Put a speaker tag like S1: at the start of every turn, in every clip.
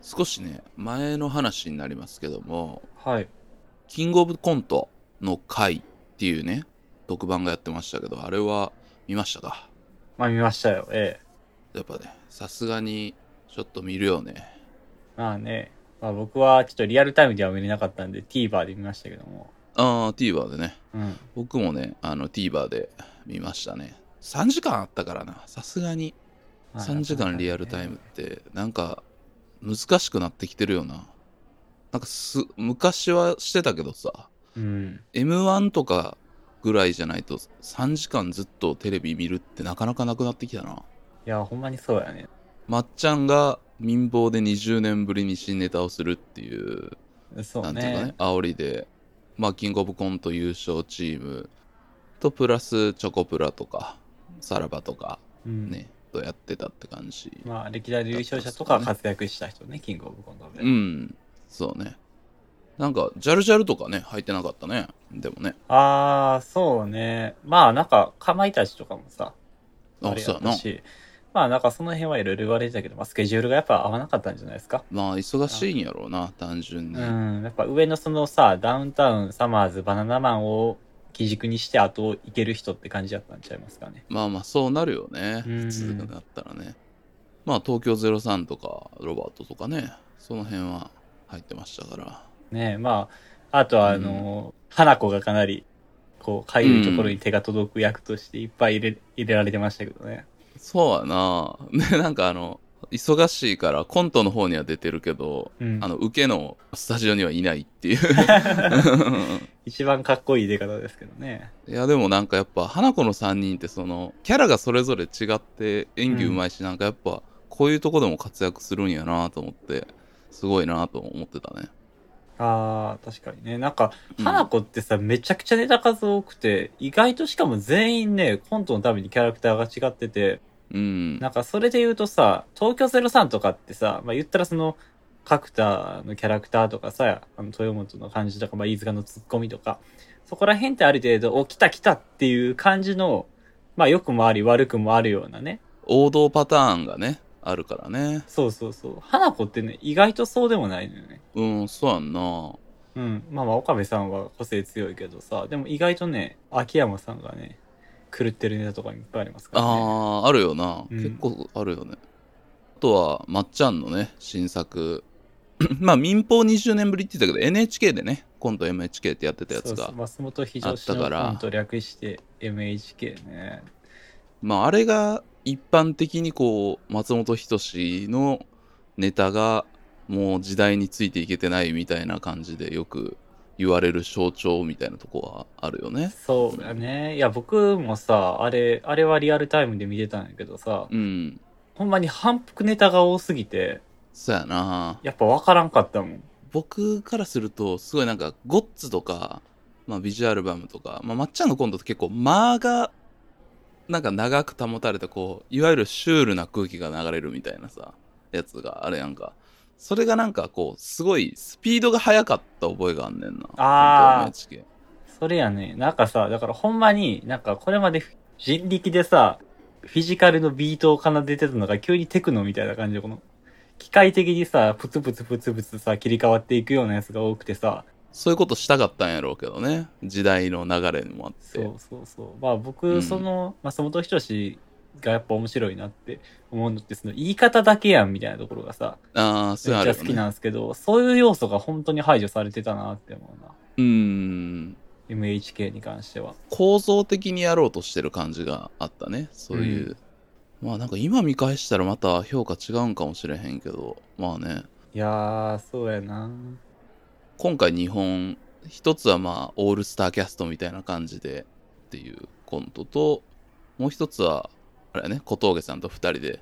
S1: 少しね、前の話になりますけども、
S2: はい。
S1: キングオブコントの回っていうね、特番がやってましたけど、あれは見ましたか
S2: まあ見ましたよ。ええ。
S1: やっぱね、さすがにちょっと見るよね。
S2: まあね。まあ僕はちょっとリアルタイムでは見れなかったんで TVer で見ましたけども。
S1: あー、TVer でね。
S2: うん。
S1: 僕もね、あの TVer で見ましたね。3時間あったからな、さすがに。3時間リアルタイムっ。て、なんか難しくなってきてるよな。なんかす、昔はしてたけどさ、
S2: うん。
S1: M1 とかぐらいじゃないと3時間ずっとテレビ見るってなかなかなくなってきたな。
S2: いや、ほんまにそうやね。
S1: まっちゃんが民放で20年ぶりに新ネタをするっていう、
S2: そ
S1: な
S2: うん
S1: ていうか
S2: ね
S1: ね。、煽りで、まあ、キングオブコント優勝チームと、プラスチョコプラとか、さらばとか、
S2: うん。
S1: ね、とやってたって感じ。
S2: まあ歴代で優勝者とか活躍した人ね、キングオブコントで。
S1: うん、そうね。なんか、ジャルジャルとかね、入ってなかったね。でもね。
S2: ああ、そうね。まあなんか、かまいたちとかもさ、
S1: あ、
S2: れ
S1: そうや
S2: やった
S1: な。
S2: し、まあなんかその辺はいろいろ言われてたけど、まあスケジュールがやっぱ合わなかったんじゃないですか。
S1: まあ、忙しいんやろうな、単純に。
S2: うん、やっぱ上のそのさ、ダウンタウン、サマーズ、バナナマンを基軸にして、あといける人って感じだったんちゃいますかね。
S1: まあまあ、そうなるよね。
S2: うん
S1: 普通だったらね。まあ、東京03とか、ロバートとかね、その辺は入ってましたから。
S2: ねえ、まあ、あとはあの、花子がかなり、こう、かゆいところに手が届く役としていっぱい入れ入れられてましたけどね。
S1: そうやな。 ね、なんかあの、忙しいからコントの方には出てるけど、
S2: うん
S1: あ。の、受けのスタジオにはいないって いう。
S2: 一番かっこいい出方ですけどね。
S1: いや、でもなんかやっぱ、花子の3人ってその、キャラがそれぞれ違って演技うまいし、なんかやっぱ、こういうとこでも活躍するんやなと思って、すごいなと思ってたね。
S2: ああ、確かにね。なんか、
S1: うん
S2: 花子ってさ、めちゃくちゃネタ数多くて、意外としかも全員ね、コントのためにキャラクターが違ってて、
S1: うん。
S2: なんかそれで言うとさ、東京03とかってさ、まあ言ったらその、角田のキャラクターとかさ、あの、豊本の感じとか、まあ飯塚のツッコミとか、そこら辺ってある程度、お、来た来たっていう感じの、まあ良くもあり悪くもあるようなね。
S1: 王道パターンがね、あるからね。
S2: そうそうそう。花子ってね、意外とそうでもないのよね。
S1: うん、そうやんな
S2: うん。まあまあ、岡部さんは個性強いけどさ、でも意外とね、秋山さんがね、狂ってるネタとかもいっぱいありますからね。
S1: あー、あるよな、
S2: うん
S1: 結構あるよね。あとは、まっちゃんのね、新作。 まあ、民放20年ぶりって言ったけど、NHK でね、今度 MHK ってやってたやつ
S2: そう
S1: が
S2: そう。松本非常識の
S1: あったから
S2: コント略して MHK ね。
S1: まあ、あれが一般的にこう、松本人志のネタがもう時代についていけてないみたいな感じでよく言われる象徴みたいなとこはあるよね。
S2: そうだね。いや、僕もさ、あれ、あれはリアルタイムで見てたんやけどさ、
S1: うん。
S2: ほんまに反復ネタが多すぎて、
S1: そうやな
S2: やっぱ分からんかったもん。
S1: 僕からすると、すごいなんか、ゴッツとか、まあ、ビジュアルバムとか、まあ、まっちゃんのコントって結構間が、なんか長く保たれて、こう、いわゆるシュールな空気が流れるみたいなさ、やつがあれやんか。それがなんかこう、すごいスピードが速かった覚えがあんねんな。
S2: あー
S1: 本当 NHK
S2: それやね、なんかさ、だからほんまに、なんかこれまで人力でさ、フィジカルのビートを奏でてたのが急にテクノみたいな感じで、この、機械的にさ、プツプツプツプツさ、切り替わっていくようなやつが多くてさ、
S1: そういうことしたかったんやろうけどね。時代の流れもあって。
S2: そうそうそう。まあ僕、
S1: うん
S2: その、松本人志がやっぱ面白いなって思うのって、その言い方だけやんみたいなところがさ、
S1: ああ、そうい
S2: め
S1: う
S2: っ
S1: のあるよ、ね。
S2: ちゃ好きなんですけど、そういう要素が本当に排除されてたなって思うな。
S1: うーん。
S2: MHK に関しては。
S1: 構造的にやろうとしてる感じがあったねそういう、まあなんか今見返したらまた評価違うんかもしれへんけどまあね
S2: いやー、そうやな。
S1: 今回2本一つはまあオールスターキャストみたいな感じでっていうコントともう一つはあれやね小峠さんと2人で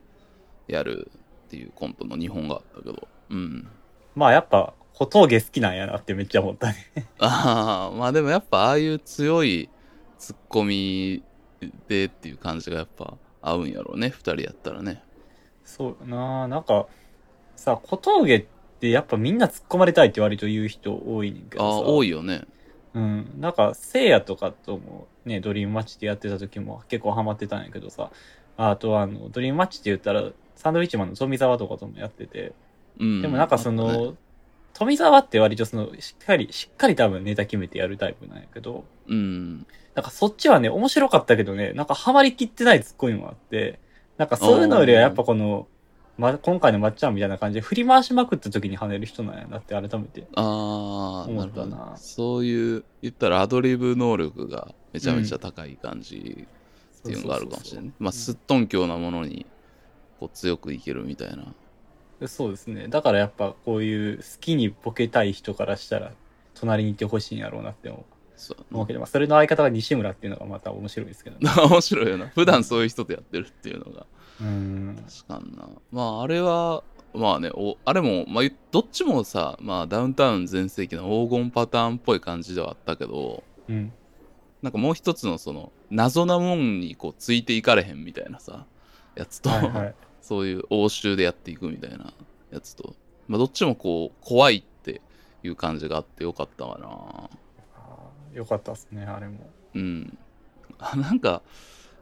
S1: やるっていうコントの2本があったけどうん
S2: まあやっぱ、小峠好きなんやなってめっちゃ思ったね。
S1: ああまあでもやっぱああいう強いツッコミでっていう感じがやっぱ合うんやろうね2人やったらね
S2: そうやな。なんか、さ、小峠ってやっぱみんな突っ込まれたいって割と言う人多いねんけ
S1: あ
S2: どさ。
S1: あ多
S2: い。
S1: いよね
S2: うん。なんか、聖夜とかともね、ドリームマッチでやってた時も結構ハマってたんやけどさ。あとはあの、ドリームマッチって言ったら、サンドウィッチマンの富澤とかともやってて、
S1: うん。
S2: でもなんかそ
S1: あったね、
S2: の、富澤って割とその、しっかり、しっかり多分ネタ決めてやるタイプなんやけど、
S1: うん。
S2: なんかそっちはね、面白かったけどね、なんかハマりきってないツッコミもあって、なんかそういうのよりはやっぱこの、ま、今回のまっちゃんみたいな感じで振り回しまくった時に跳ねる人なんやなって改めて。
S1: ああ、
S2: 思
S1: な
S2: っ
S1: る
S2: た
S1: ほ
S2: な
S1: ど。そういう、言ったらアドリブ能力がめちゃめちゃ高い感じっていうのがあるかもしれない。まあ、すっとんきょうなものに、こう、強くいけるみたいな。
S2: うんそうですね。だからやっぱこういう好きにボケたい人からしたら、隣にいてほしいんやろうなって思
S1: そう
S2: うけど、まあそれの相方が西村っていうのがまた面白いですけどね。
S1: 面白いよな。普段そういう人とやってるっていうのが。
S2: うん。
S1: 確かにな。まあ、あれは、まあね、おあれも、まあ、どっちもさ、まあ、ダウンタウン全盛期の黄金パターンっぽい感じではあったけど、
S2: うん。
S1: なんかもう一つのその、謎なもんにこう、ついていかれへんみたいなさ、やつと、
S2: はいはい。
S1: そういう応酬でやっていくみたいなやつと、まあ、どっちもこう、怖いっていう感じがあってよかったわな。
S2: あーよかったですね、あれも。
S1: うん。あなんか、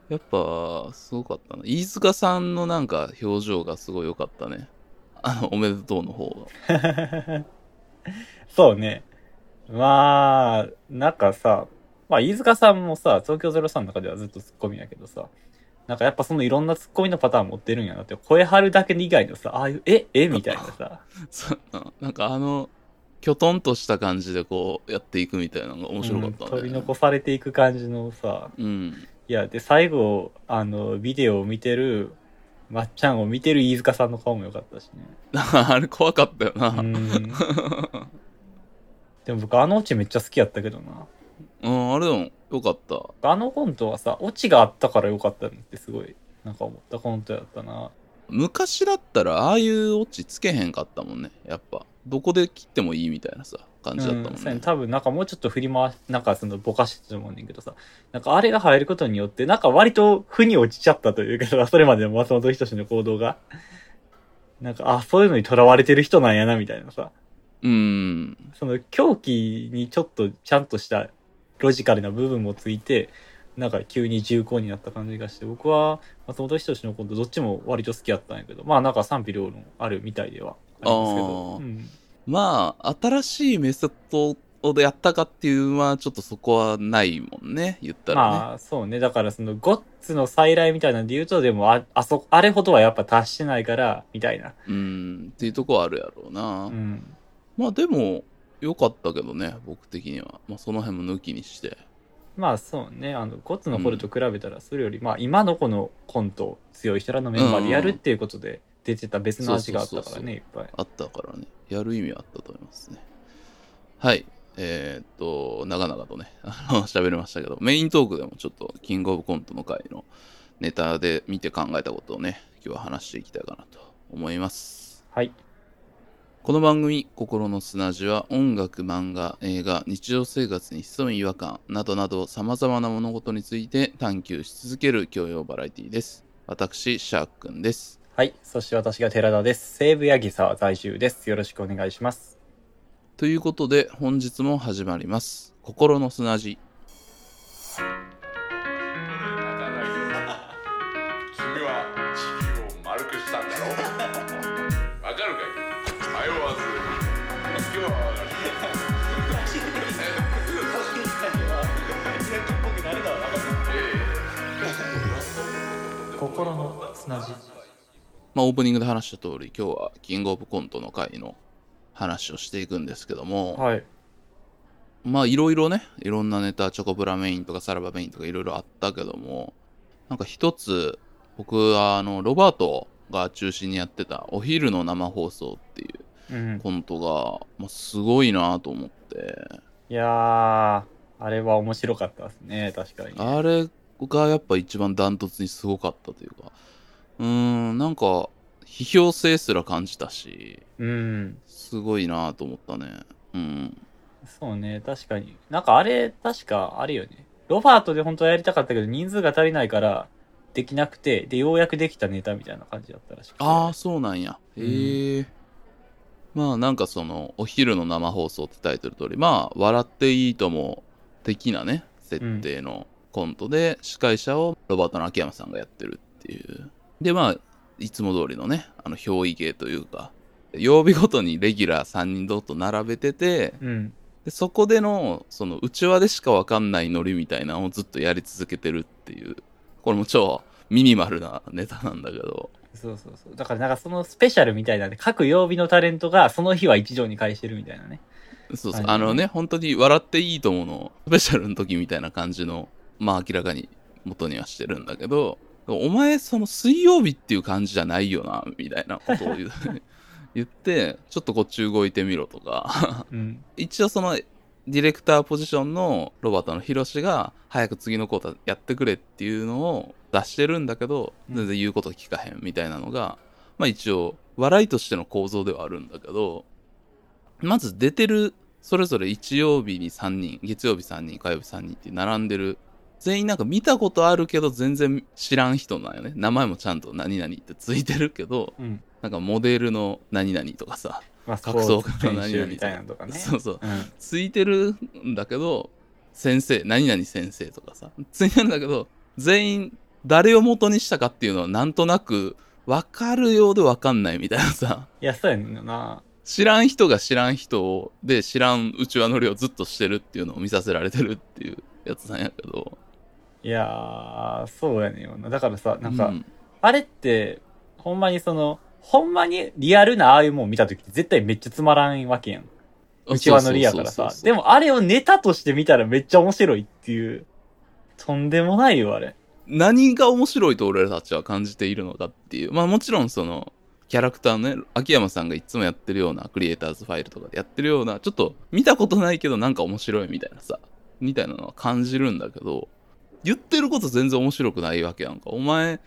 S1: やっぱ、すごかったな。飯塚さんのなんか表情がすごい良かったね。あの、おめでとうの方が。
S2: そうね。まあ、なんかさ、まあ、飯塚さんもさ、東京03の中ではずっとツッコミやけどさ、なんかやっぱそのいろんなツッコミのパターン持ってるんやなって、声張るだけ以外のさ、ああいう、え、えみたいなさ、
S1: そうなんかあの、きょとんとした感じでこうやっていくみたいなのが面白かった
S2: う
S1: ね。
S2: ん取り残されていく感じのさ、
S1: うん。
S2: いや、で、最後、あの、ビデオを見てる、まっちゃんを見てる飯塚さんの顔も良かっ たしね。
S1: あれ怖かったよな。
S2: うんでも僕、あのオチめっちゃ好きやったけどな。
S1: うん、あれでも良かった。
S2: あのコントはさ、オチがあったから良かったのってすごい、なんか思ったコントやったな。
S1: 昔だったらああいうオチつけへんかったもんねやっぱどこで切ってもいいみたいなさ感じだったもん
S2: そうや
S1: ね
S2: ね、多分なんかもうちょっと振り回し、なんかそのぼかしてたと思うねんけどさ、なんかあれが入ることによって、なんか割と負に落ちちゃったというかさ、それまでの松本人志の行動が。なんか、あ、そういうのに囚われてる人なんやな、みたいなさ。
S1: うんうん
S2: その狂気にちょっとちゃんとしたロジカルな部分もついて、なんか急に重厚になった感じがして、僕は松本人志のことどっちも割と好きやったんやけど、まあなんか賛否両論あるみたいではありますけど。
S1: あー
S2: うん
S1: まあ新しいメソッドでやったかっていうのはちょっとそこはないもんね言ったらね、
S2: まあそうね、だからそのゴッツの再来みたいなんで言うと、でもあ、あそ、あれほどはやっぱ達してないから、みたいな。
S1: うんっていうとこはあるやろうな、
S2: うん。
S1: まあでも良かったけどね僕的には、まあ、その辺も抜きにして
S2: まあそうね、あの、ゴッツの頃と比べたら、それより、まあ今のこのコント、強い人らのメンバーでやるっていうことで、出てた別の味があったか
S1: そうそうそうそ
S2: ら
S1: う
S2: ね、いっぱい。
S1: あったからねやる意味はあったと思いますねはいえーっと長々とね あの喋りましたけどメイントークでもちょっとキングオブコントの回のネタで見て考えたことをね今日は話していきたいかなと思います
S2: はい。
S1: この番組「心の砂地」は音楽漫画映画日常生活に潜む違和感などなどさまざまな物事について探求し続ける教養バラエティです私シャークくんです
S2: はい。そして私が寺田です。西武八木沢在住です。よろしくお願いします。
S1: ということで本日も始まります「心の砂地」
S3: 働いてる君は地球を丸くしたんだろうわかるかい迷わず今日はわかる
S2: 心の砂地。
S1: まあ、オープニングで話した通り今日はキングオブコントの回の話をしていくんですけども、
S2: はい。
S1: まあいろいろね、いろんなネタ、チョコプラメインとかサラバメインとかいろいろあったけども、なんか一つ、僕はあの、ロバートが中心にやってたお昼の生放送っていう
S2: うん。
S1: コントが、まあ、すごいなと思って、
S2: いやー、あれは面白かったですね。確かに。
S1: あれがやっぱ一番ダントツにすごかったというか、うーん、なんか、批評性すら感じたし、
S2: うん。
S1: すごいなと思ったね。うん。
S2: そうね。確かに。なんかあれ、確かあれよね。ロバートで本当はやりたかったけど、人数が足りないから、できなくて、で、ようやくできたネタみたいな感じだったらしくて。
S1: ああ、そうなんや。へ
S2: うん
S1: え。まあなんかその、お昼の生放送ってタイトル通り、まあ、笑っていいとも的なね、設定のコントで、司会者をロバートの秋山さんがやってるっていう。で、まあ、いつも通りのね、あの、憑依芸というか、曜日ごとにレギュラー3人どっと並べてて、
S2: うん。
S1: でそこでの、その、内輪でしかわかんないノリみたいなのをずっとやり続けてるっていう、これも超ミニマルなネタなんだけど、
S2: そうそうそう。だからなんかそのスペシャルみたいなんで、各曜日のタレントがその日は一条に会してるみたいなね。
S1: そう
S2: は
S1: そう
S2: い、
S1: あのね、本当に笑っていいと思うの、スペシャルの時みたいな感じの、まあ明らかに元にはしてるんだけど、お前その水曜日っていう感じじゃないよな、みたいなことを言う 言って、ちょっとこっち動いてみろとか、
S2: うん。
S1: 一応そのディレクターポジションのロバートのヒロシが早く次のコータやってくれっていうのを出してるんだけど
S2: うん
S1: 全然言うこと聞かへんみたいなのが、まあ一応笑いとしての構造ではあるんだけどまず出てるそれぞれ日曜日に3人月曜日3人火曜日3人って並んでる全員なんか見たことあるけど全然知らん人なんよね名前もちゃんと何々ってついてるけど
S2: うん。
S1: なんかモデルの何々とかさ、
S2: まあ、
S1: 格闘家
S2: 選
S1: の何
S2: 手
S1: 々
S2: みたいなのとかね。
S1: そうそう
S2: うん。
S1: ついてるんだけど、先生、何々先生とかさ、ついてるんだけど、全員、誰を元にしたかっていうのはなんとなく、わかるようでわかんないみたいなさ、
S2: いや、そうやねんな。
S1: 知らん人が知らん人を、で、知らんうちわのりをずっとしてるっていうのを見させられてるっていうやつなんやけど。
S2: いやー、そうやねんよな。だからさ、なんか、
S1: うん
S2: あれって、ほんまにその、ほんまにリアルなああいうもん見たときって絶対めっちゃつまらんわけやん。うちわのりやからさ
S1: そうそうそう。そう
S2: でもあれをネタとして見たらめっちゃ面白いっていう。とんでもないよ、あれ。
S1: 何が面白いと俺たちは感じているのかっていう。まあもちろんその、キャラクターのね、秋山さんがいつもやってるような、クリエイターズファイルとかでやってるような、ちょっと見たことないけどなんか面白いみたいなさ、みたいなのは感じるんだけど、言ってること全然面白くないわけやんか。お前、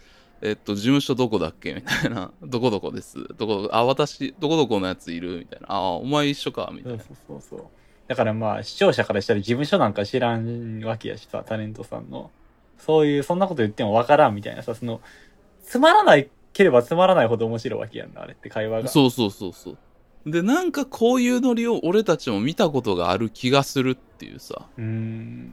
S1: えっと、事務所どこだっけみたいな。 どこどこです。どこどこ、あ、私、どこどこのやついるみたいな。あ、お前一緒かみたい
S2: そ
S1: うな。
S2: そうそうそう。だからまあ、視聴者からしたら事務所なんか知らんわけやしさ、タレントさんの。そういう、そんなこと言ってもわからんみたいなさ、その、つまらないければつまらないほど面白いわけやんな、あれって会話が。
S1: そうそうそうそう。で、なんかこういうノリを俺たちも見たことがある気がするっていうさ。
S2: うーん。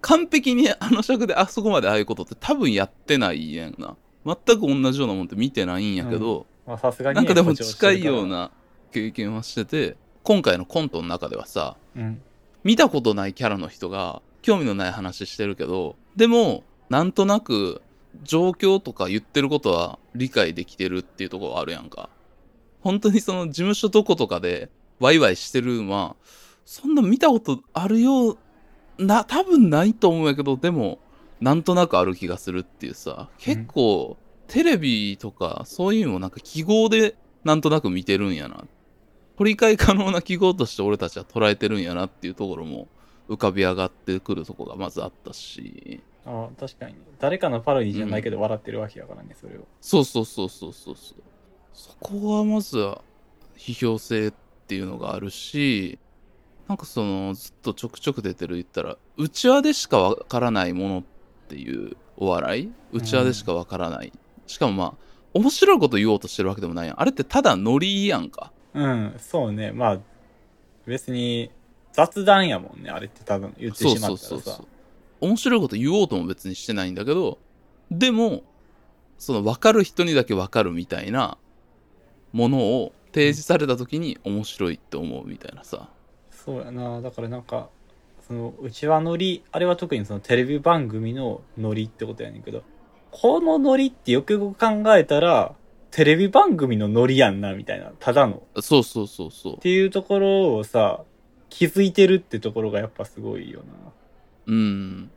S1: 完璧にあの尺であそこまでああいうことって多分やってないやんな。全く同じようなもんって見てないんやけど、
S2: まあさすがに
S1: な
S2: ね。
S1: んかでも
S2: 誇張して
S1: 近
S2: る
S1: い
S2: から
S1: よう。な経験はしてて、今回のコントの中ではさ、
S2: うん。
S1: 見たことないキャラの人が興味のない話してるけど、でも、なんとなく状況とか言ってることは理解できてるっていうところはあるやんか。本当にその事務所どことかでワイワイしてるのは、そんな見たことあるような、多分ないと思うんやけど、でも、なんとなくある気がするっていうさ、結構、テレビとかそういうのもなんか記号でなんとなく見てるんやな。掘り返可能な記号として俺たちは捉えてるんやなっていうところも浮かび上がってくるとこがまずあったし、
S2: ああ確かに。誰かのパロディじゃないけど笑ってるわけやからね、それを。
S1: そうそうそうそうそうそう。そこはまずは批評性っていうのがあるし、なんかそのずっとちょくちょく出てる言ったら、うちわでしかわからないものっていうお笑い
S2: ん
S1: うちわでしかわからない。しかもまあ、面白いこと言おうとしてるわけでもないやん。あれってただノリやんか。
S2: うん、そうね。まあ、別に雑談やもんね、あれって多分言ってしまったらさ。
S1: 面白いこと言おうとも別にしてないんだけどでもその分かる人にだけ分かるみたいなものを提示された時に面白いって思うみたいなさ、
S2: そうやなだからなんかそのうちわノリあれは特にそのテレビ番組のノリってことやねんけどこのノリってよくよく考えたらテレビ番組のノリやんなみたいなただのっ
S1: そうそうそうそう
S2: ていうところをさ気づいてるってところがやっぱすごいよ
S1: うん
S2: な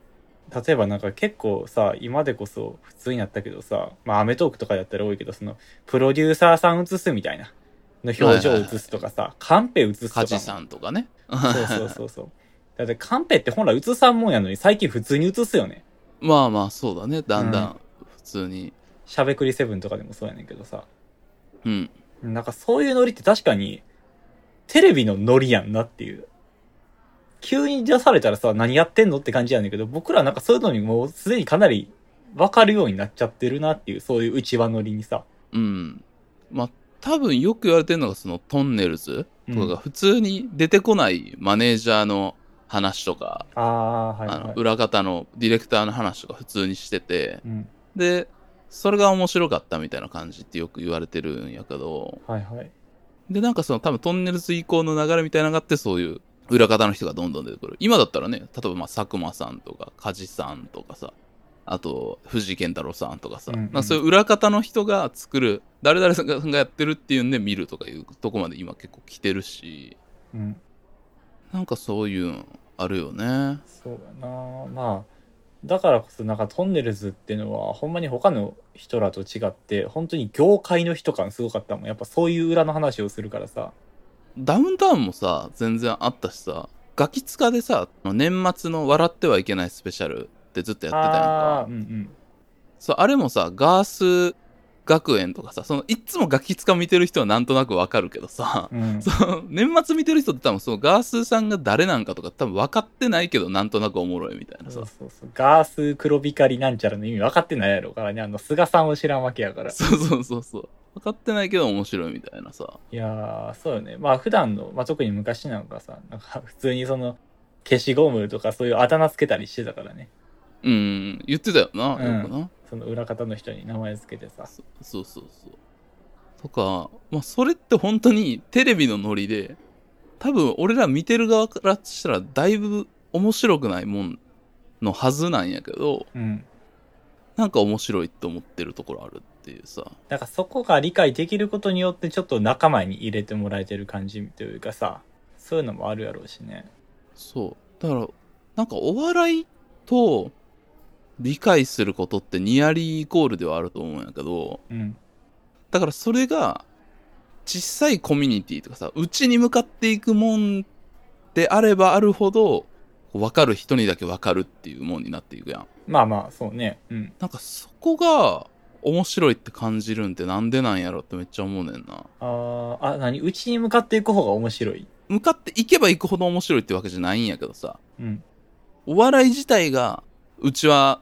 S2: 例えばなんか結構さ今でこそ普通になったけどさまあアメトークとかやったら多いけどそのプロデューサーさん映すみたいなの表情映すとかさカンペ映すとかも
S1: 梶さんとかね
S2: そうそうそうそう。だってカンペって本来映さんもんやのに最近普通に映すよね。
S1: まあまあそうだねだんだ
S2: うん
S1: ん普通に
S2: しゃべくりセブンとかでもそうやねんけどさ。
S1: うん
S2: なんかそういうノリって確かにテレビのノリやんなっていう。急に出されたらさ、何やってんのって感じやねんけど、僕らなんかそういうのにもうすでにかなり分かるようになっちゃってるなっていう、そういう内輪ノリにさ。
S1: うんまあ多分よく言われてるのがそのトンネルズ
S2: う
S1: とかが
S2: ん、
S1: 普通に出てこないマネージャーの話とか、
S2: ああ、はい
S1: あの
S2: はい。
S1: 裏方のディレクターの話とか普通にしてて
S2: うん。
S1: でそれが面白かったみたいな感じってよく言われてるんやけど
S2: はいはい。
S1: で、なんかその多分トンネルズ以降の流れみたいなのがあって、そういう裏方の人がどんどん出てくる。今だったらね、例えばまあ佐久間さんとか、梶さんとかさ、あと藤井健太郎さんとかさ、
S2: うんうん
S1: なんかそういう裏方の人が作る、誰々さんががやってるっていうんで見るとかいうとこまで今結構来てるし、
S2: うん。
S1: なんかそういうのあるよね。
S2: そうだなまあ、だからこそなんかトンネルズっていうのは、ほんまに他の人らと違って、本当に業界の人感すごかったもん。やっぱそういう裏の話をするからさ。
S1: ダウンタウンもさ、全然あったしさ、ガキツカでさ、年末の笑ってはいけないスペシャルってずっとやってたやんか
S2: あ。ーうんうん。
S1: そう、あれもさ、ガース学園とかさ、その、いっつもガキツカ見てる人はなんとなくわかるけどさ、
S2: うん、
S1: その、年末見てる人って多分そのガースさんが誰なんかとか多分分かってないけど、なんとなくおもろいみたいなさ
S2: そう。そうそう。ガース黒光りなんちゃらの意味分かってないやろうからね。あの、菅さんを知らんわけやから。
S1: そうそうそうそう。分かってないけど面白いみたいなさ。
S2: いやー、そうよね。まあ普段の、まあ特に昔なんかさ、なんか普通にその、消しゴムとかそういうあだ名つけたりしてたからね。
S1: うん、言ってたよな、よくな。
S2: その裏方の人に名前つけてさ。
S1: そそうそうそう。とか、まあ、それって本当にテレビのノリで、多分俺ら見てる側からしたらだいぶ面白くないもんのはずなんやけど、
S2: うん。
S1: なんか面白いって思ってるところあるっていうさ。
S2: なんかそこが理解できることによってちょっと仲間に入れてもらえてる感じというかさ、そういうのもあるやろうしね。
S1: そう。だから、なんかお笑いと理解することってニアリーイコールではあると思うんやけど、
S2: うん。
S1: だからそれが小さいコミュニティとかさ、うちに向かっていくもんであればあるほど、分かる人にだけ分かるっていうもんになっていくやん。
S2: まあまあ、そうね。うん。
S1: なんかそこが面白いって感じるんってなんでなんやろってめっちゃ思うねんな。
S2: あーあ、何うちに向かっていく方が面白い。
S1: 向かっていけばいくほど面白いってわけじゃないんやけどさ、
S2: うん。
S1: お笑い自体がうちは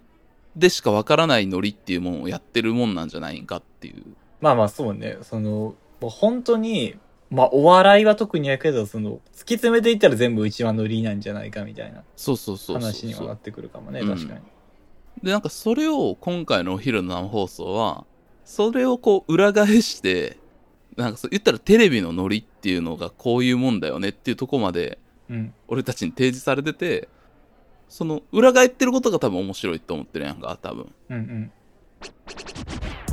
S1: でしかわからないノリっていうもんをやってるもんなんじゃないんかっていう
S2: まあまあ、そうね。その、もう本当に、まあお笑いは特にやけど、その、突き詰めていったら全部うちはノリなんじゃないかみたいな
S1: そうそうそうそう
S2: 話に
S1: そ
S2: はなっ
S1: う
S2: てくるかもね、
S1: うん
S2: 確かに。
S1: でなんかそれを今回のお昼の生放送はそれをこう裏返してなんかそう言ったらテレビのノリっていうのがこういうもんだよねっていうとこまで
S2: うん。
S1: 俺たちに提示されててその裏返ってることが多分面白いと思ってるやんか多分
S2: うんうん。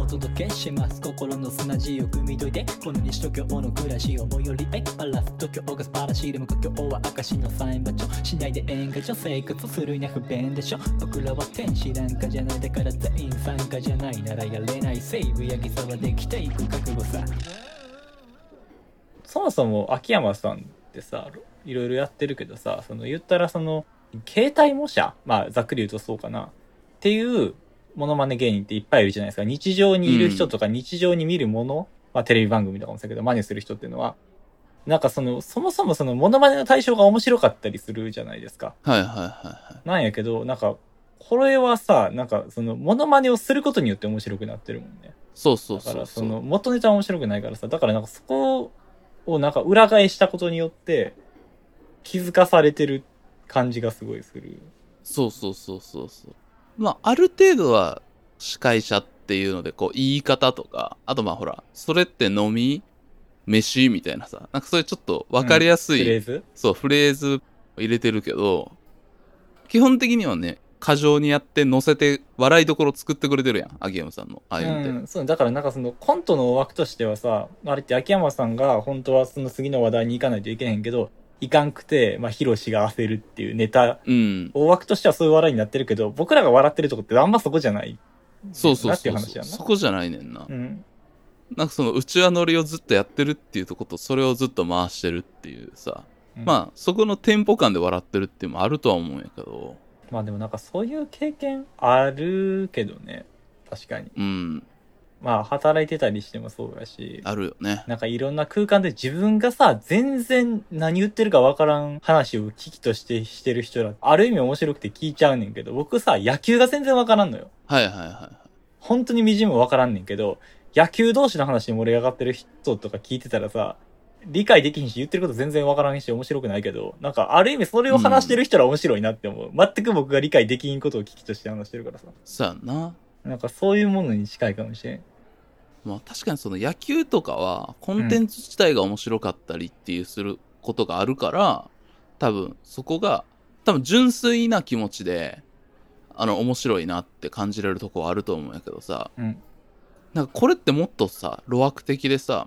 S4: お届けします心の砂地を汲み解いてこの西東京の暮らしを最寄りへバラす東京が素晴らしいでも故郷は証のサイン場所しないで演歌所生活するには不便でしょ僕らは天使なんかじゃないだから全員参加じゃないならやれないセーブやぎさはできていく覚悟さ
S2: そもそも秋山さんってさ、いろいろやってるけどさ、その言ったらその、携帯模写まあざっくり言うとそうかな。っていう、モノマネ芸人っていっぱいいるじゃないですか。日常にいる人とか日常に見るもの、まあテレビ番組とかもそうだけど、真似する人っていうのは、なんかその、そもそもそのモノマネの対象が面白かったりするじゃないですか。
S1: はいはいはいはい
S2: なんやけど、なんか、これはさ、なんかその、モノマネをすることによって面白くなってるもんね。
S1: そうそう
S2: だか
S1: そう
S2: ら
S1: そ
S2: そうの元ネタは面白くないからさだからなんかそこをなんか裏返したことによって気づかされてる感じがすごいする
S1: そうそうそうそうそう。まあ、ある程度は司会者っていうので、こう、言い方とか、あとまあほら、それって飲み飯みたいなさ、なんかそういうちょっとわかりやす
S2: フ
S1: い、
S2: レーズ
S1: そう、フレーズを入れてるけど、基本的にはね、過剰にやって乗せて、笑いどころ作ってくれてるやん、アギヤムさんの、ああいうのって。
S2: うん、そうだからなんかそのコントの枠としてはさあれって秋山さんが本当はその次の話題に行かないといけへんけどいかんくて、まあ、ヒロシが焦るっていうネタ
S1: うん。
S2: 大枠としてはそういう笑いになってるけど僕らが笑ってるとこってあんまそこじゃない
S1: そうそう
S2: なって
S1: そ
S2: いう
S1: う
S2: 話
S1: そ
S2: や
S1: う。
S2: んな
S1: そこじゃないねんな。
S2: うん
S1: なんかその、うちわ乗りをずっとやってるっていうとこと、それをずっと回してるっていうさ、
S2: うん
S1: まあそこのテンポ感で笑ってるっていうのもあるとは思うんやけど
S2: まあでもなんかそういう経験あるけどね確かに
S1: うん
S2: まあ働いてたりしてもそうだし、
S1: あるよね
S2: なんかいろんな空間で自分がさ、全然何言ってるかわからん話を危機としてしてる人ら、ある意味面白くて聞いちゃうねんけど、僕さ、野球が全然わからんのよ。
S1: はいはいはいは
S2: 本当にみじんもわからんねんけど、野球同士の話に盛り上がってる人とか聞いてたらさ、理解できひんし、言ってること全然わからんし、面白くないけど、なんかある意味それを話してる人ら面白いなって思う。全く僕が理解できんことを危機として話してるからさ。
S1: いそうやんな
S2: なんかそういうものに近いかもしれん。
S1: まあ確かにその野球とかはコンテンツ自体が面白かったりっていうすることがあるから、多分そこが多分純粋な気持ちであの面白いなって感じれるとこはあると思うんやけどさ、
S2: うん
S1: なんかこれってもっとさ路悪的でさ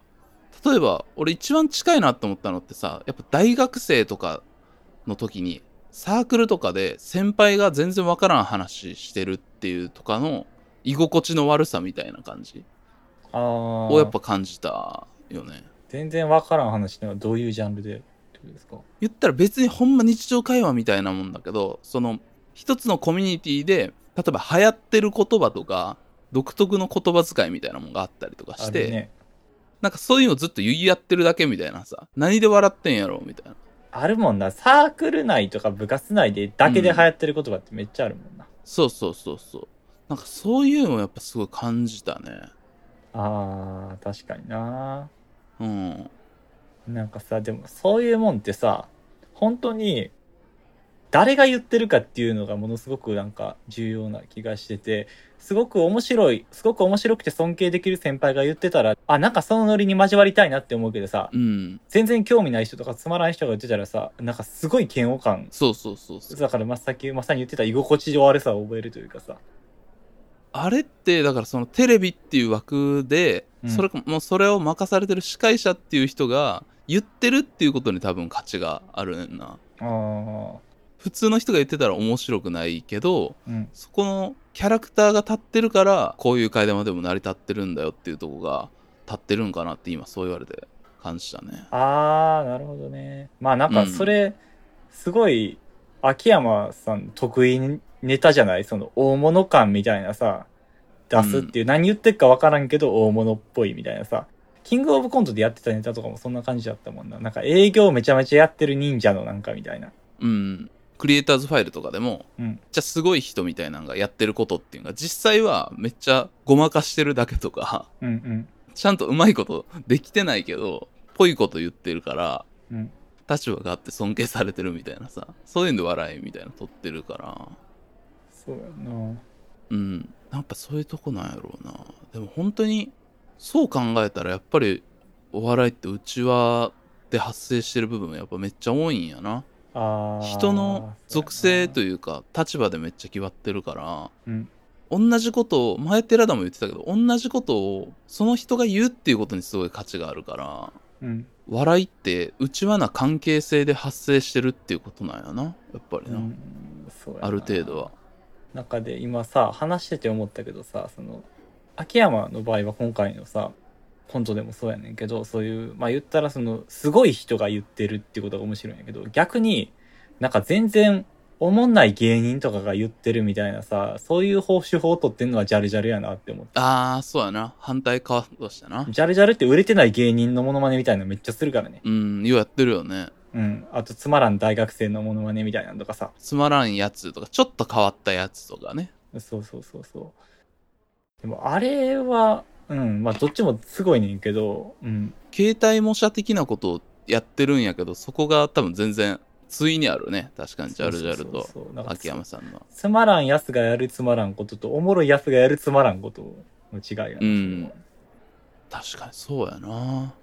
S1: 例えば俺一番近いなと思ったのってさやっぱ大学生とかの時にサークルとかで先輩が全然わからん話してるっていうとかの居心地の悪さみたいな感じ
S2: ああ。
S1: をやっぱ感じたよね
S2: 全然わからん話ってのはどういうジャンルでってことですか
S1: 言ったら別にほんま日常会話みたいなもんだけどその一つのコミュニティで例えば流行ってる言葉とか独特の言葉遣いみたいなもんがあったりとかし
S2: あ
S1: て、
S2: るね。
S1: なんかそういうのずっと言い合ってるだけみたいなさ何で笑ってんやろみたいな
S2: あるもんな。サークル内とか部活内でだけで流行ってる言葉ってめっちゃあるもんな。
S1: そうそうそうそうなんかそういうのをやっぱすごい感じたね
S2: ああ、確かにな。
S1: うん
S2: なんかさ、でもそういうもんってさ、本当に誰が言ってるかっていうのがものすごくなんか重要な気がしてて、すごく面白い、すごく面白くて尊敬できる先輩が言ってたら、あ、なんかそのノリに交わりたいなって思うけどさ、
S1: うん
S2: 全然興味ない人とかつまらない人が言ってたらさ、なんかすごい嫌悪感
S1: そうそうそうそう
S2: だからまさきまさに言ってた居心地の悪さを覚えるというかさ
S1: あれってだからそのテレビっていう枠で、
S2: うん
S1: それもうそれを任されてる司会者っていう人が言ってるっていうことに多分価値があるねんな
S2: ああ
S1: 普通の人が言ってたら面白くないけど
S2: うん
S1: そこのキャラクターが立ってるからこういう会談までも成り立ってるんだよっていうとこが立ってるんかなって今そう言われて感じたね
S2: ああなるほどねまあなん
S1: う
S2: か
S1: ん
S2: それ、すごい秋山さん得意ネタじゃないその大物感みたいなさ出すっていう、何言ってるか分からんけど大物っぽいみたいなさキングオブコントでやってたネタとかもそんな感じだったもんななんか営業めちゃめちゃやってる忍者のなんかみたいな
S1: うんクリエイターズファイルとかでも、
S2: うん
S1: めっちゃすごい人みたいなのがやってることっていうのが実際はめっちゃごまかしてるだけとか
S2: うんうん
S1: ちゃんとうまいことできてないけど、ぽいこと言ってるから、
S2: うん
S1: 立場があって尊敬されてるみたいなさ、そういうので笑いみたいなの取ってるから、
S2: そうやな
S1: うん。やっぱそういうとこなんやろうな。でも本当に、そう考えたらやっぱり、お笑いってうちわで発生してる部分やっぱめっちゃ多いんやな。
S2: あー
S1: 人の属性と
S2: う
S1: いうか、立場でめっちゃ決まってるから、
S2: うん
S1: 同じことを、前寺田も言ってたけど、同じことを、その人が言うっていうことにすごい価値があるから、
S2: やなうん
S1: 笑いって内輪な関係性で発生してるっていうことなんやなやっぱりな、
S2: うんそうやな
S1: ある程度は
S2: 中で今さ話してて思ったけどさその秋山の場合は今回のさコントでもそうやねんけどそういうまあ言ったらそのすごい人が言ってるってことが面白いんやけど逆になんか全然おもんない芸人とかが言ってるみたいなさそういう方手法を取ってんのはジャルジャルやなって思って
S1: ああそうやな反対側としてな
S2: ジャルジャルって売れてない芸人のモノマネみたいなのめっちゃするからね
S1: うんようやってるよね
S2: うんあとつまらん大学生のモノマネみたいなのとかさ
S1: つまらんやつとかちょっと変わったやつとかね
S2: そうそうそうそう。でもあれは、うん、まあどっちもすごいねんけど、うん。
S1: 携帯模写的なことをやってるんやけどそこが多分全然対にあるね確かにジャルジャルと
S2: そうそうそうなんか
S1: 秋山さんの
S2: つつまらんやつがやるつまらんことと、おもろいやつがやるつまらんことの違いが、ね
S1: うん確かにそうやな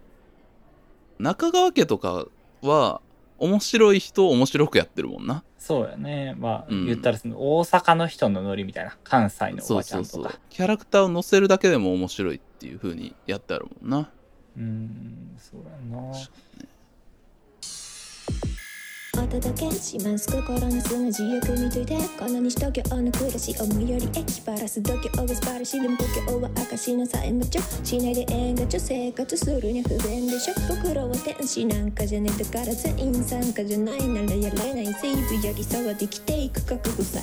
S1: 中川家とかは面白い人を面白くやってるもんな
S2: そうやね。まあ、
S1: うん
S2: 言ったらその大阪の人のノリみたいな、関西のお
S1: そう
S2: ばちゃ
S1: そ
S2: ん
S1: う
S2: とか。
S1: そうキャラクターを乗せるだけでも面白いっていう風にやってあるもんな
S2: うん、そうやな。
S5: お届けします心の数字よく見といてこの西東京の暮らし思いより駅バラす度胸が素晴らしいでも故郷は証のさえもちょしないで縁がちょ生活するには不便でしょ僕らは天使なんかじゃねえだから全員参加じゃないならやれないセーブやりさはできていく覚悟さ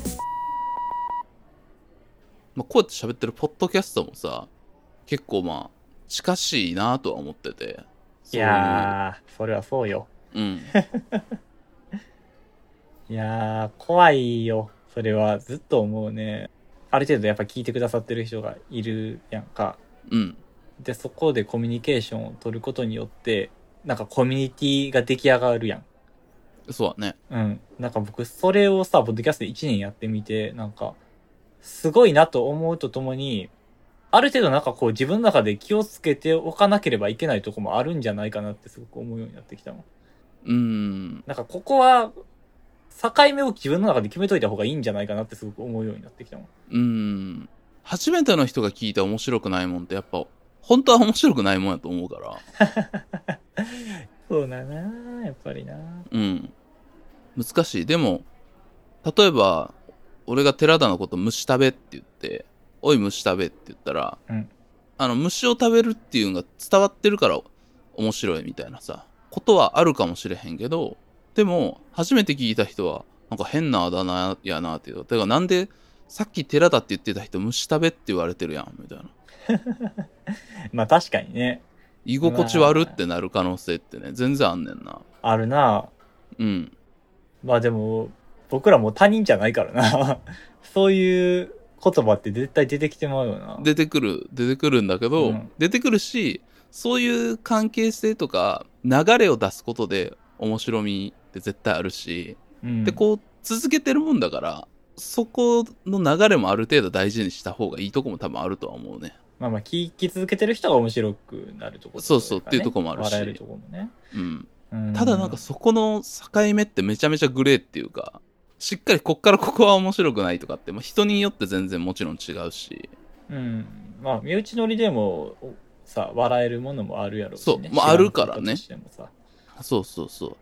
S1: まあ、こうやって喋ってるポッドキャストもさ結構まあ近しいなとは思ってて
S2: いやー、それはそうよ。
S1: そういう
S2: いやー、怖いよ。それはずっと思うね。ある程度やっぱ聞いてくださってる人がいるやんか。
S1: うんうん
S2: でそこでコミュニケーションを取ることによってなんかコミュニティが出来上がるやん
S1: そうだね
S2: うんなんか僕それをさポッドキャストで1年やってみてなんかすごいなと思うとともにある程度なんかこう自分の中で気をつけておかなければいけないとこもあるんじゃないかなってすごく思うようになってきたもん。
S1: うーん。
S2: なんかここは、境目を自分の中で決めといた方がいいんじゃないかなってすごく思うようになってきたもん。
S1: うーん。初めての人が聞いて面白くないもんってやっぱ、本当は面白くないもんやと思うから。
S2: そうだなやっぱりな
S1: うん。難しい。でも、例えば、俺が寺田のこと虫食べって言って、おい虫食べって言ったら、
S2: うん
S1: あの、虫を食べるっていうのが伝わってるから面白いみたいなさ、ことはあるかもしれへんけど、でも、初めて聞いた人は、なんか変なあだ名やなっていう。てか、なんで、さっき寺田って言ってた人虫食べって言われてるやん、みたいな。
S2: まあ確かにね、
S1: 居心地悪ってなる可能性ってね、全然あんねんな。
S2: あるな
S1: うん。
S2: まあでも、僕らもう他人じゃないからな。 そういう言葉って絶対出てきてまうよな。
S1: 出てくる出てくるんだけど、
S2: うん
S1: 出てくるしそういう関係性とか流れを出すことで面白みって絶対あるし、
S2: うん、
S1: でこう続けてるもんだからそこの流れもある程度大事にした方がいいとこも多分あるとは思うね
S2: まあまあ聞き続けてる人が面白くなるところといかね、
S1: そうそうっていうとこもあるし
S2: 笑えるとこもね。
S1: うん
S2: う
S1: ただなんかそこの境目ってめちゃめちゃグレーっていうかしっかりこっからここは面白くないとかって、まあ、人によって全然もちろん違うし
S2: うん。まあ身内乗りでもおさ、笑えるものもあるやろし
S1: そうまあ
S2: 知
S1: あ
S2: ん
S1: るからね
S2: ことしてもさ
S1: そうそうそう。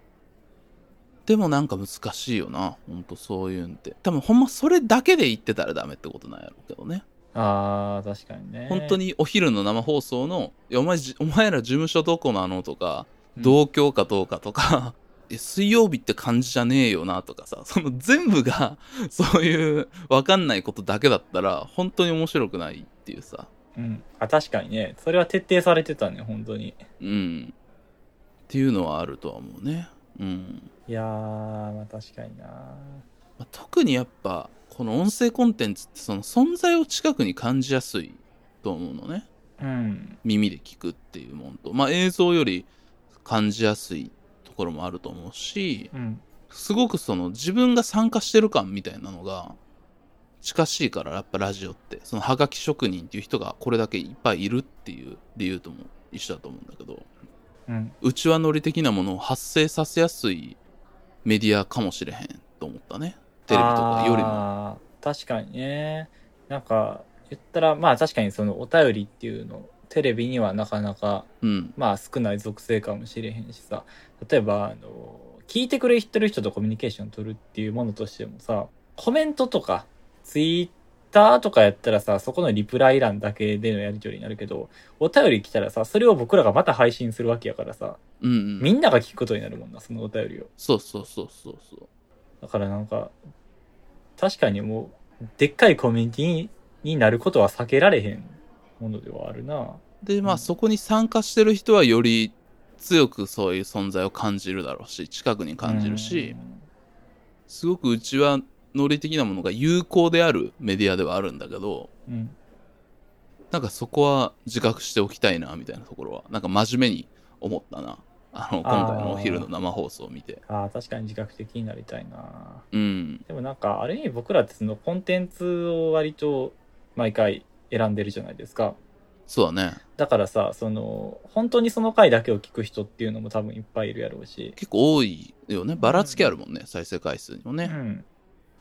S1: でもなんか難しいよな。ほんとそういうんって。多分ほんまそれだけで言ってたらダメってことなんやろうけどね。
S2: ああ、確かにね。
S1: 本当にお昼の生放送の、いやお前じ、お前ら事務所どこなのとか、
S2: うん
S1: 同居かどうかと か、いや水曜日って感じじゃねえよなとかさ、その全部が、 そういうわかんないことだけだったら、本当に面白くないっていうさ。
S2: うん。あ、確かにね。それは徹底されてたね、本当に。
S1: うん。っていうのはあるとは思うね。うん。
S2: いやー、まあ確かにな
S1: まあ特にやっぱこの音声コンテンツってその存在を近くに感じやすいと思うのね
S2: うん。
S1: 耳で聞くっていうもんとまあ映像より感じやすいところもあると思うし
S2: うん。
S1: すごくその自分が参加してる感みたいなのが近しいからやっぱラジオってそのハガキ職人っていう人がこれだけいっぱいいるっていう理由とも一緒だと思うんだけど
S2: うん。
S1: うちわノリ的なものを発生させやすいメディアかもしれへんと思ったねテレビとかよりも
S2: も。確かにね。なんか、言ったら、まあ確かにそのお便りっていうの、テレビにはなかなか、
S1: うん
S2: まあ少ない属性かもしれへんしさ、例えば、あの、聞いてくれてる人とコミュニケーション取るっていうものとしてもさ、コメントとか、ツイッターとかやったらさ、そこのリプライ欄だけでのやり取りになるけど、お便り来たらさ、それを僕らがまた配信するわけやからさ、
S1: うんうん
S2: みんなが聞くことになるもんな、そのお便りを。
S1: そうそうそうそうそう。
S2: だからなんか、確かにもう、でっかいコミュニティになることは避けられへんものではあるな。
S1: で、ま
S2: う
S1: あ
S2: ん
S1: そこに参加してる人はより強くそういう存在を感じるだろうし、近くに感じるし、すごくうちは能力的なものが有効であるメディアではあるんだけど、
S2: うん。うん。
S1: なんかそこは自覚しておきたいな、みたいなところは、なんか真面目に思ったな。あの、今回のお昼の生放送を見て。
S2: ああ、確かに自覚的になりたいな。
S1: うん。
S2: でもなんか、ある意味僕らってそのコンテンツを割と毎回選んでるじゃないですか。
S1: そうだね。
S2: だからさ、その、本当にその回だけを聞く人っていうのも多分いっぱいいるやろうし。
S1: 結構多いよね。ばらつきあるもんね、再生回数にもね。
S2: うん。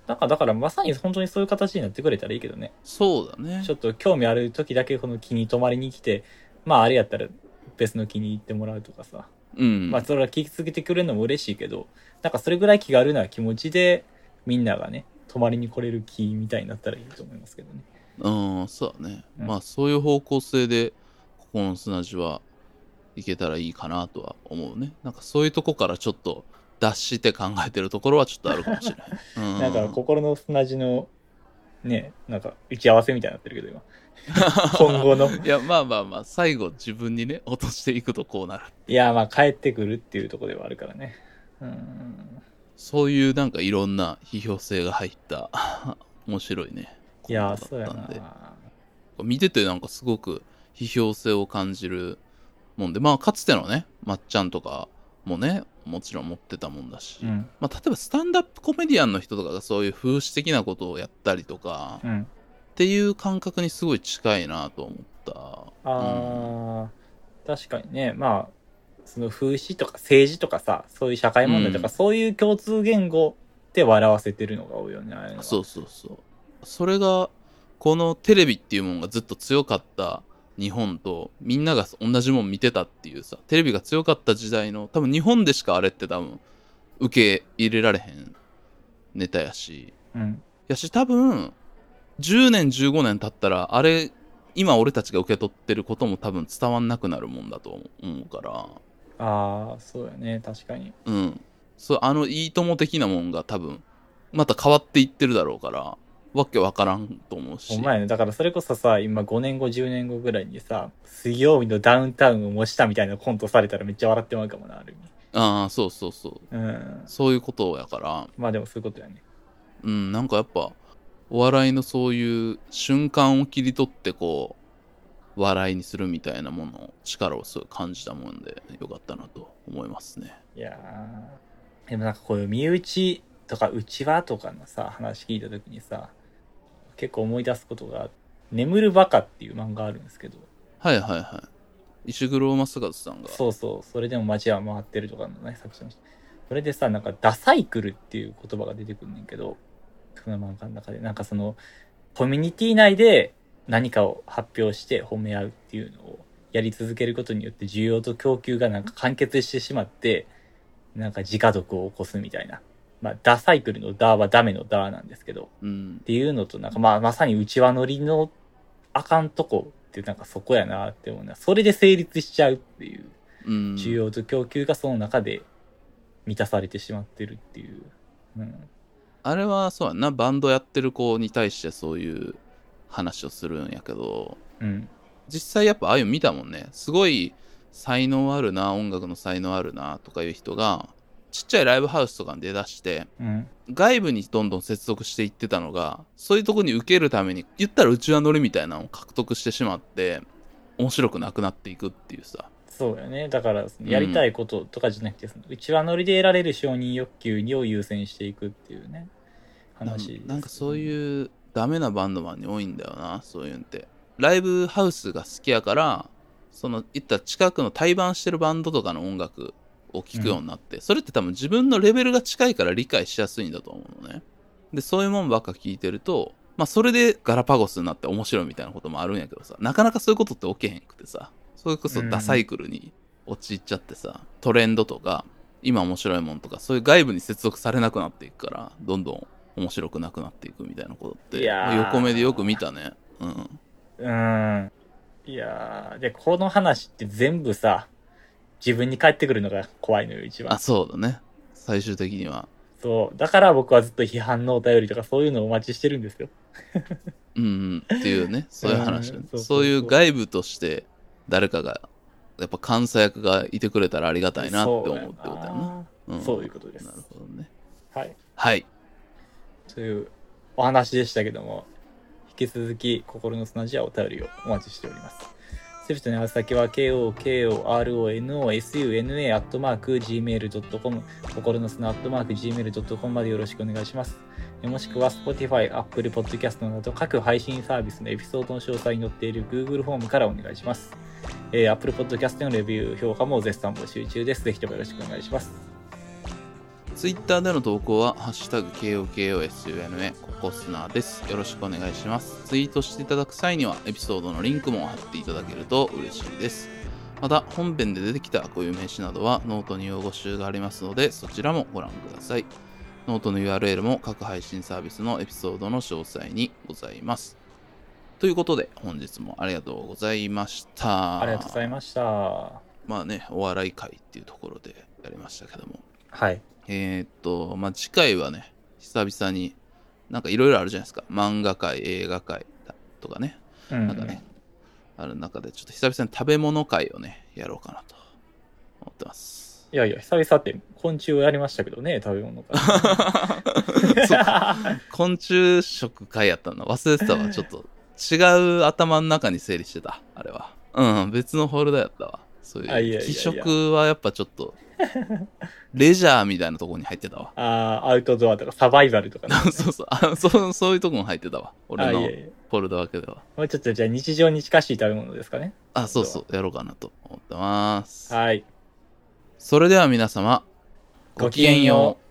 S2: なんか、だからまさに本当にそういう形になってくれたらいいけどね。
S1: そうだね
S2: ちょ。っと興味ある時だけこの気に泊まりに来て、まああれやったら別の気に行ってもらうとかさ。
S1: うん。
S2: まあそれは聞き続けてくれるのも嬉しいけど、なんかそれぐらい気軽な気持ちでみんながね、泊まりに来れる気みたいになったらいいと思いますけどね。
S1: うん、そうだね。
S2: うん
S1: まあ、そういう方向性で、ここの砂地はいけたらいいかなとは思うね。なんかそういうとこからちょっと脱して考えてるところはちょっとあるかもしれ ない。うん、
S2: なんか心の砂地の、ね、なんか打ち合わせみたいになってるけど今。 今後の。
S1: いや、まあまあまあ、最後自分にね、落としていくとこうなる。
S2: いや、まあ帰ってくるっていうところではあるからね。うん。
S1: そういうなんかいろんな批評性が入った、 面白いね。
S2: いや、
S1: コ
S2: そう
S1: メン
S2: や
S1: トだったんで
S2: な。
S1: 見ててなんかすごく批評性を感じるもんで、まあかつてのね、まっちゃんとかもね、もちろん持ってたもんだし、
S2: うん。
S1: まあ、例えばスタンダップコメディアンの人とかがそういう風刺的なことをやったりとか、
S2: うん。
S1: っていう感覚にすごい近いなと思った。
S2: あー、確かにね、まあ、その風刺とか政治とかさ、そういう社会問題とか、
S1: うん
S2: そういう共通言語で笑わせてるのが多いよね、ああいうのは
S1: そうそうそう。それが、このテレビっていうもんがずっと強かった日本と、みんなが同じもん見てたっていうさ、テレビが強かった時代の、多分日本でしかあれって多分、受け入れられへんネタやし。
S2: うん。
S1: やし、多分、10年、15年経ったら、あれ、今俺たちが受け取ってることも多分伝わんなくなるもんだと思うから。
S2: ああ、そうだね、確かに。
S1: うん。そう、あの、いいとも的なもんが多分、また変わっていってるだろうから、わけわからんと思うし。
S2: お前ね、だからそれこそさ、今5年後、10年後ぐらいにさ、水曜日のダウンタウンを模したみたいなコントされたらめっちゃ笑ってまうかもな、ある
S1: ああ、そうそうそう。
S2: 意味。うん。
S1: そういうことやから、
S2: まあでもそういうことやね。
S1: うん、なんかやっぱ、お笑いのそういう瞬間を切り取ってこう、笑いにするみたいなもの、力をすごい感じたもんで、よかったなと思いますね。
S2: いやーでもなんかこういう身内とかうちわとかのさ、話聞いた時にさ、結構思い出すことが、眠るバカっていう漫画あるんですけど、
S1: はいはいはい。石黒正和さんが。
S2: そうそう、それでも街は回ってるとかのね、作者の人。それでさ、なんか、ダサイクルっていう言葉が出てくるんねんけど、その漫画の中で、なんかその、コミュニティ内で何かを発表して褒め合うっていうのをやり続けることによって需要と供給がなんか完結してしまって、なんか自家族を起こすみたいな。まあ、ダサイクルのダーはダメのダーなんですけど、
S1: うん
S2: っ。ていうのと、なんかまあ、まさに内輪乗りのあかんとこってなんかそこやなって思うな。それで成立しちゃうっていう。
S1: うん。
S2: 需要と供給がその中で満たされてしまってるっていう。うん。
S1: あれはそうやんなバンドやってる子に対してそういう話をするんやけど
S2: うん。
S1: 実際やっぱああいうの見たもんねすごい才能あるな音楽の才能あるなとかいう人がちっちゃいライブハウスとかに出だして
S2: うん。
S1: 外部にどんどん接続していってたのがそういうとこに受けるために言ったらうちわ乗りみたいなのを獲得してしまって面白くなくなっていくっていうさ
S2: そうだよね。だから、その
S1: うん
S2: やりたいこととかじゃなくて、その内輪乗りで得られる承認欲求にを優先していくっていうね、
S1: なん
S2: 話ですよね
S1: なんかそういうダメなバンドマンに多いんだよなそういうんってライブハウスが好きやからそのいったら近くの対バンしてるバンドとかの音楽を聴くようになって、それって多分自分のレベルが近いから理解しやすいんだと思うのねでそういうもんばっか聞いてるとまあそれでガラパゴスになって面白いみたいなこともあるんやけどさなかなかそういうことって起きへんくてさそれこそダサイクルに陥っちゃってさ、トレンドとか今面白いもんとかそういう外部に接続されなくなっていくからどんどん面白くなくなっていくみたいなことっ
S2: い
S1: て、
S2: やー
S1: まあ横目でよく見たねうん
S2: うん。いやー、で、この話って全部さ、自分に返ってくるのが怖いのよ、一番
S1: あ。そうだね最終的には
S2: そう。だから僕はずっと批判のお便りとかそういうのをお待ちしてるんですよ。
S1: うんうんっていう ねそういう話だね
S2: うんそうそうそう
S1: そういう外部として誰かがやっぱ監査役がいてくれたらありがたいなって思うってことだな
S2: そうやな
S1: うん
S2: そういうことです
S1: なるほどね
S2: はい。
S1: はい
S2: というお話でしたけども、引き続き心の砂地はお便りをお待ちしております。セフトの宛先は kokoronosuna.gmail.com 心の砂 .gmail.com までよろしくお願いします。えもしくは Spotify、Apple Podcast など各配信サービスのエピソードの詳細に載っている Google フォームからお願いします。えー Apple Podcast へのレビュー、評価も絶賛募集中です。ぜひともよろしくお願いします。
S1: ツイッターでの投稿は、ハッシュタグ KOKOSUNA ココスナーです。よろしくお願いします。ツイートしていただく際には、エピソードのリンクも貼っていただけると嬉しいです。また、本編で出てきた固有名詞などは、ノートに用語集がありますので、そちらもご覧ください。ノートの URL も各配信サービスのエピソードの詳細にございます。ということで、本日もありがとうございました。
S2: ありがとうございました。は
S1: まあね、お笑い会っていうところでやりましたけども。
S2: い。
S1: えーっと、まあ、次回はね、久々に、なんかいろいろあるじゃないですか。漫画界、映画界とかね、
S2: うん
S1: なんかね、ある中で、ちょっと久々に食べ物界をね、やろうかなと思ってます。
S2: いやいや、久々って昆虫をやりましたけどね、食べ 物 から。
S1: 昆虫食会やったの忘れてたわ。ちょっと違う頭の中に整理してた、あれは。うん、別のホルダーやったわ。そう
S2: あ
S1: い
S2: いやいや
S1: う、
S2: い
S1: 気
S2: や
S1: 食はやっぱちょっと、レジャーみたいなところに入ってたわ。
S2: ああ、アウトドアとかサバイバルとかね。
S1: そうそうあそう、そういうとこも入ってたわ。俺
S2: あい
S1: の
S2: やいや
S1: ポコルドわけでは。
S2: もうちょっとじゃあ日常に近しい食べ物ですかね。
S1: あ、そうそう、やろうかなと思ってます。
S2: はい。
S1: それでは皆様、
S2: ごきげんよう。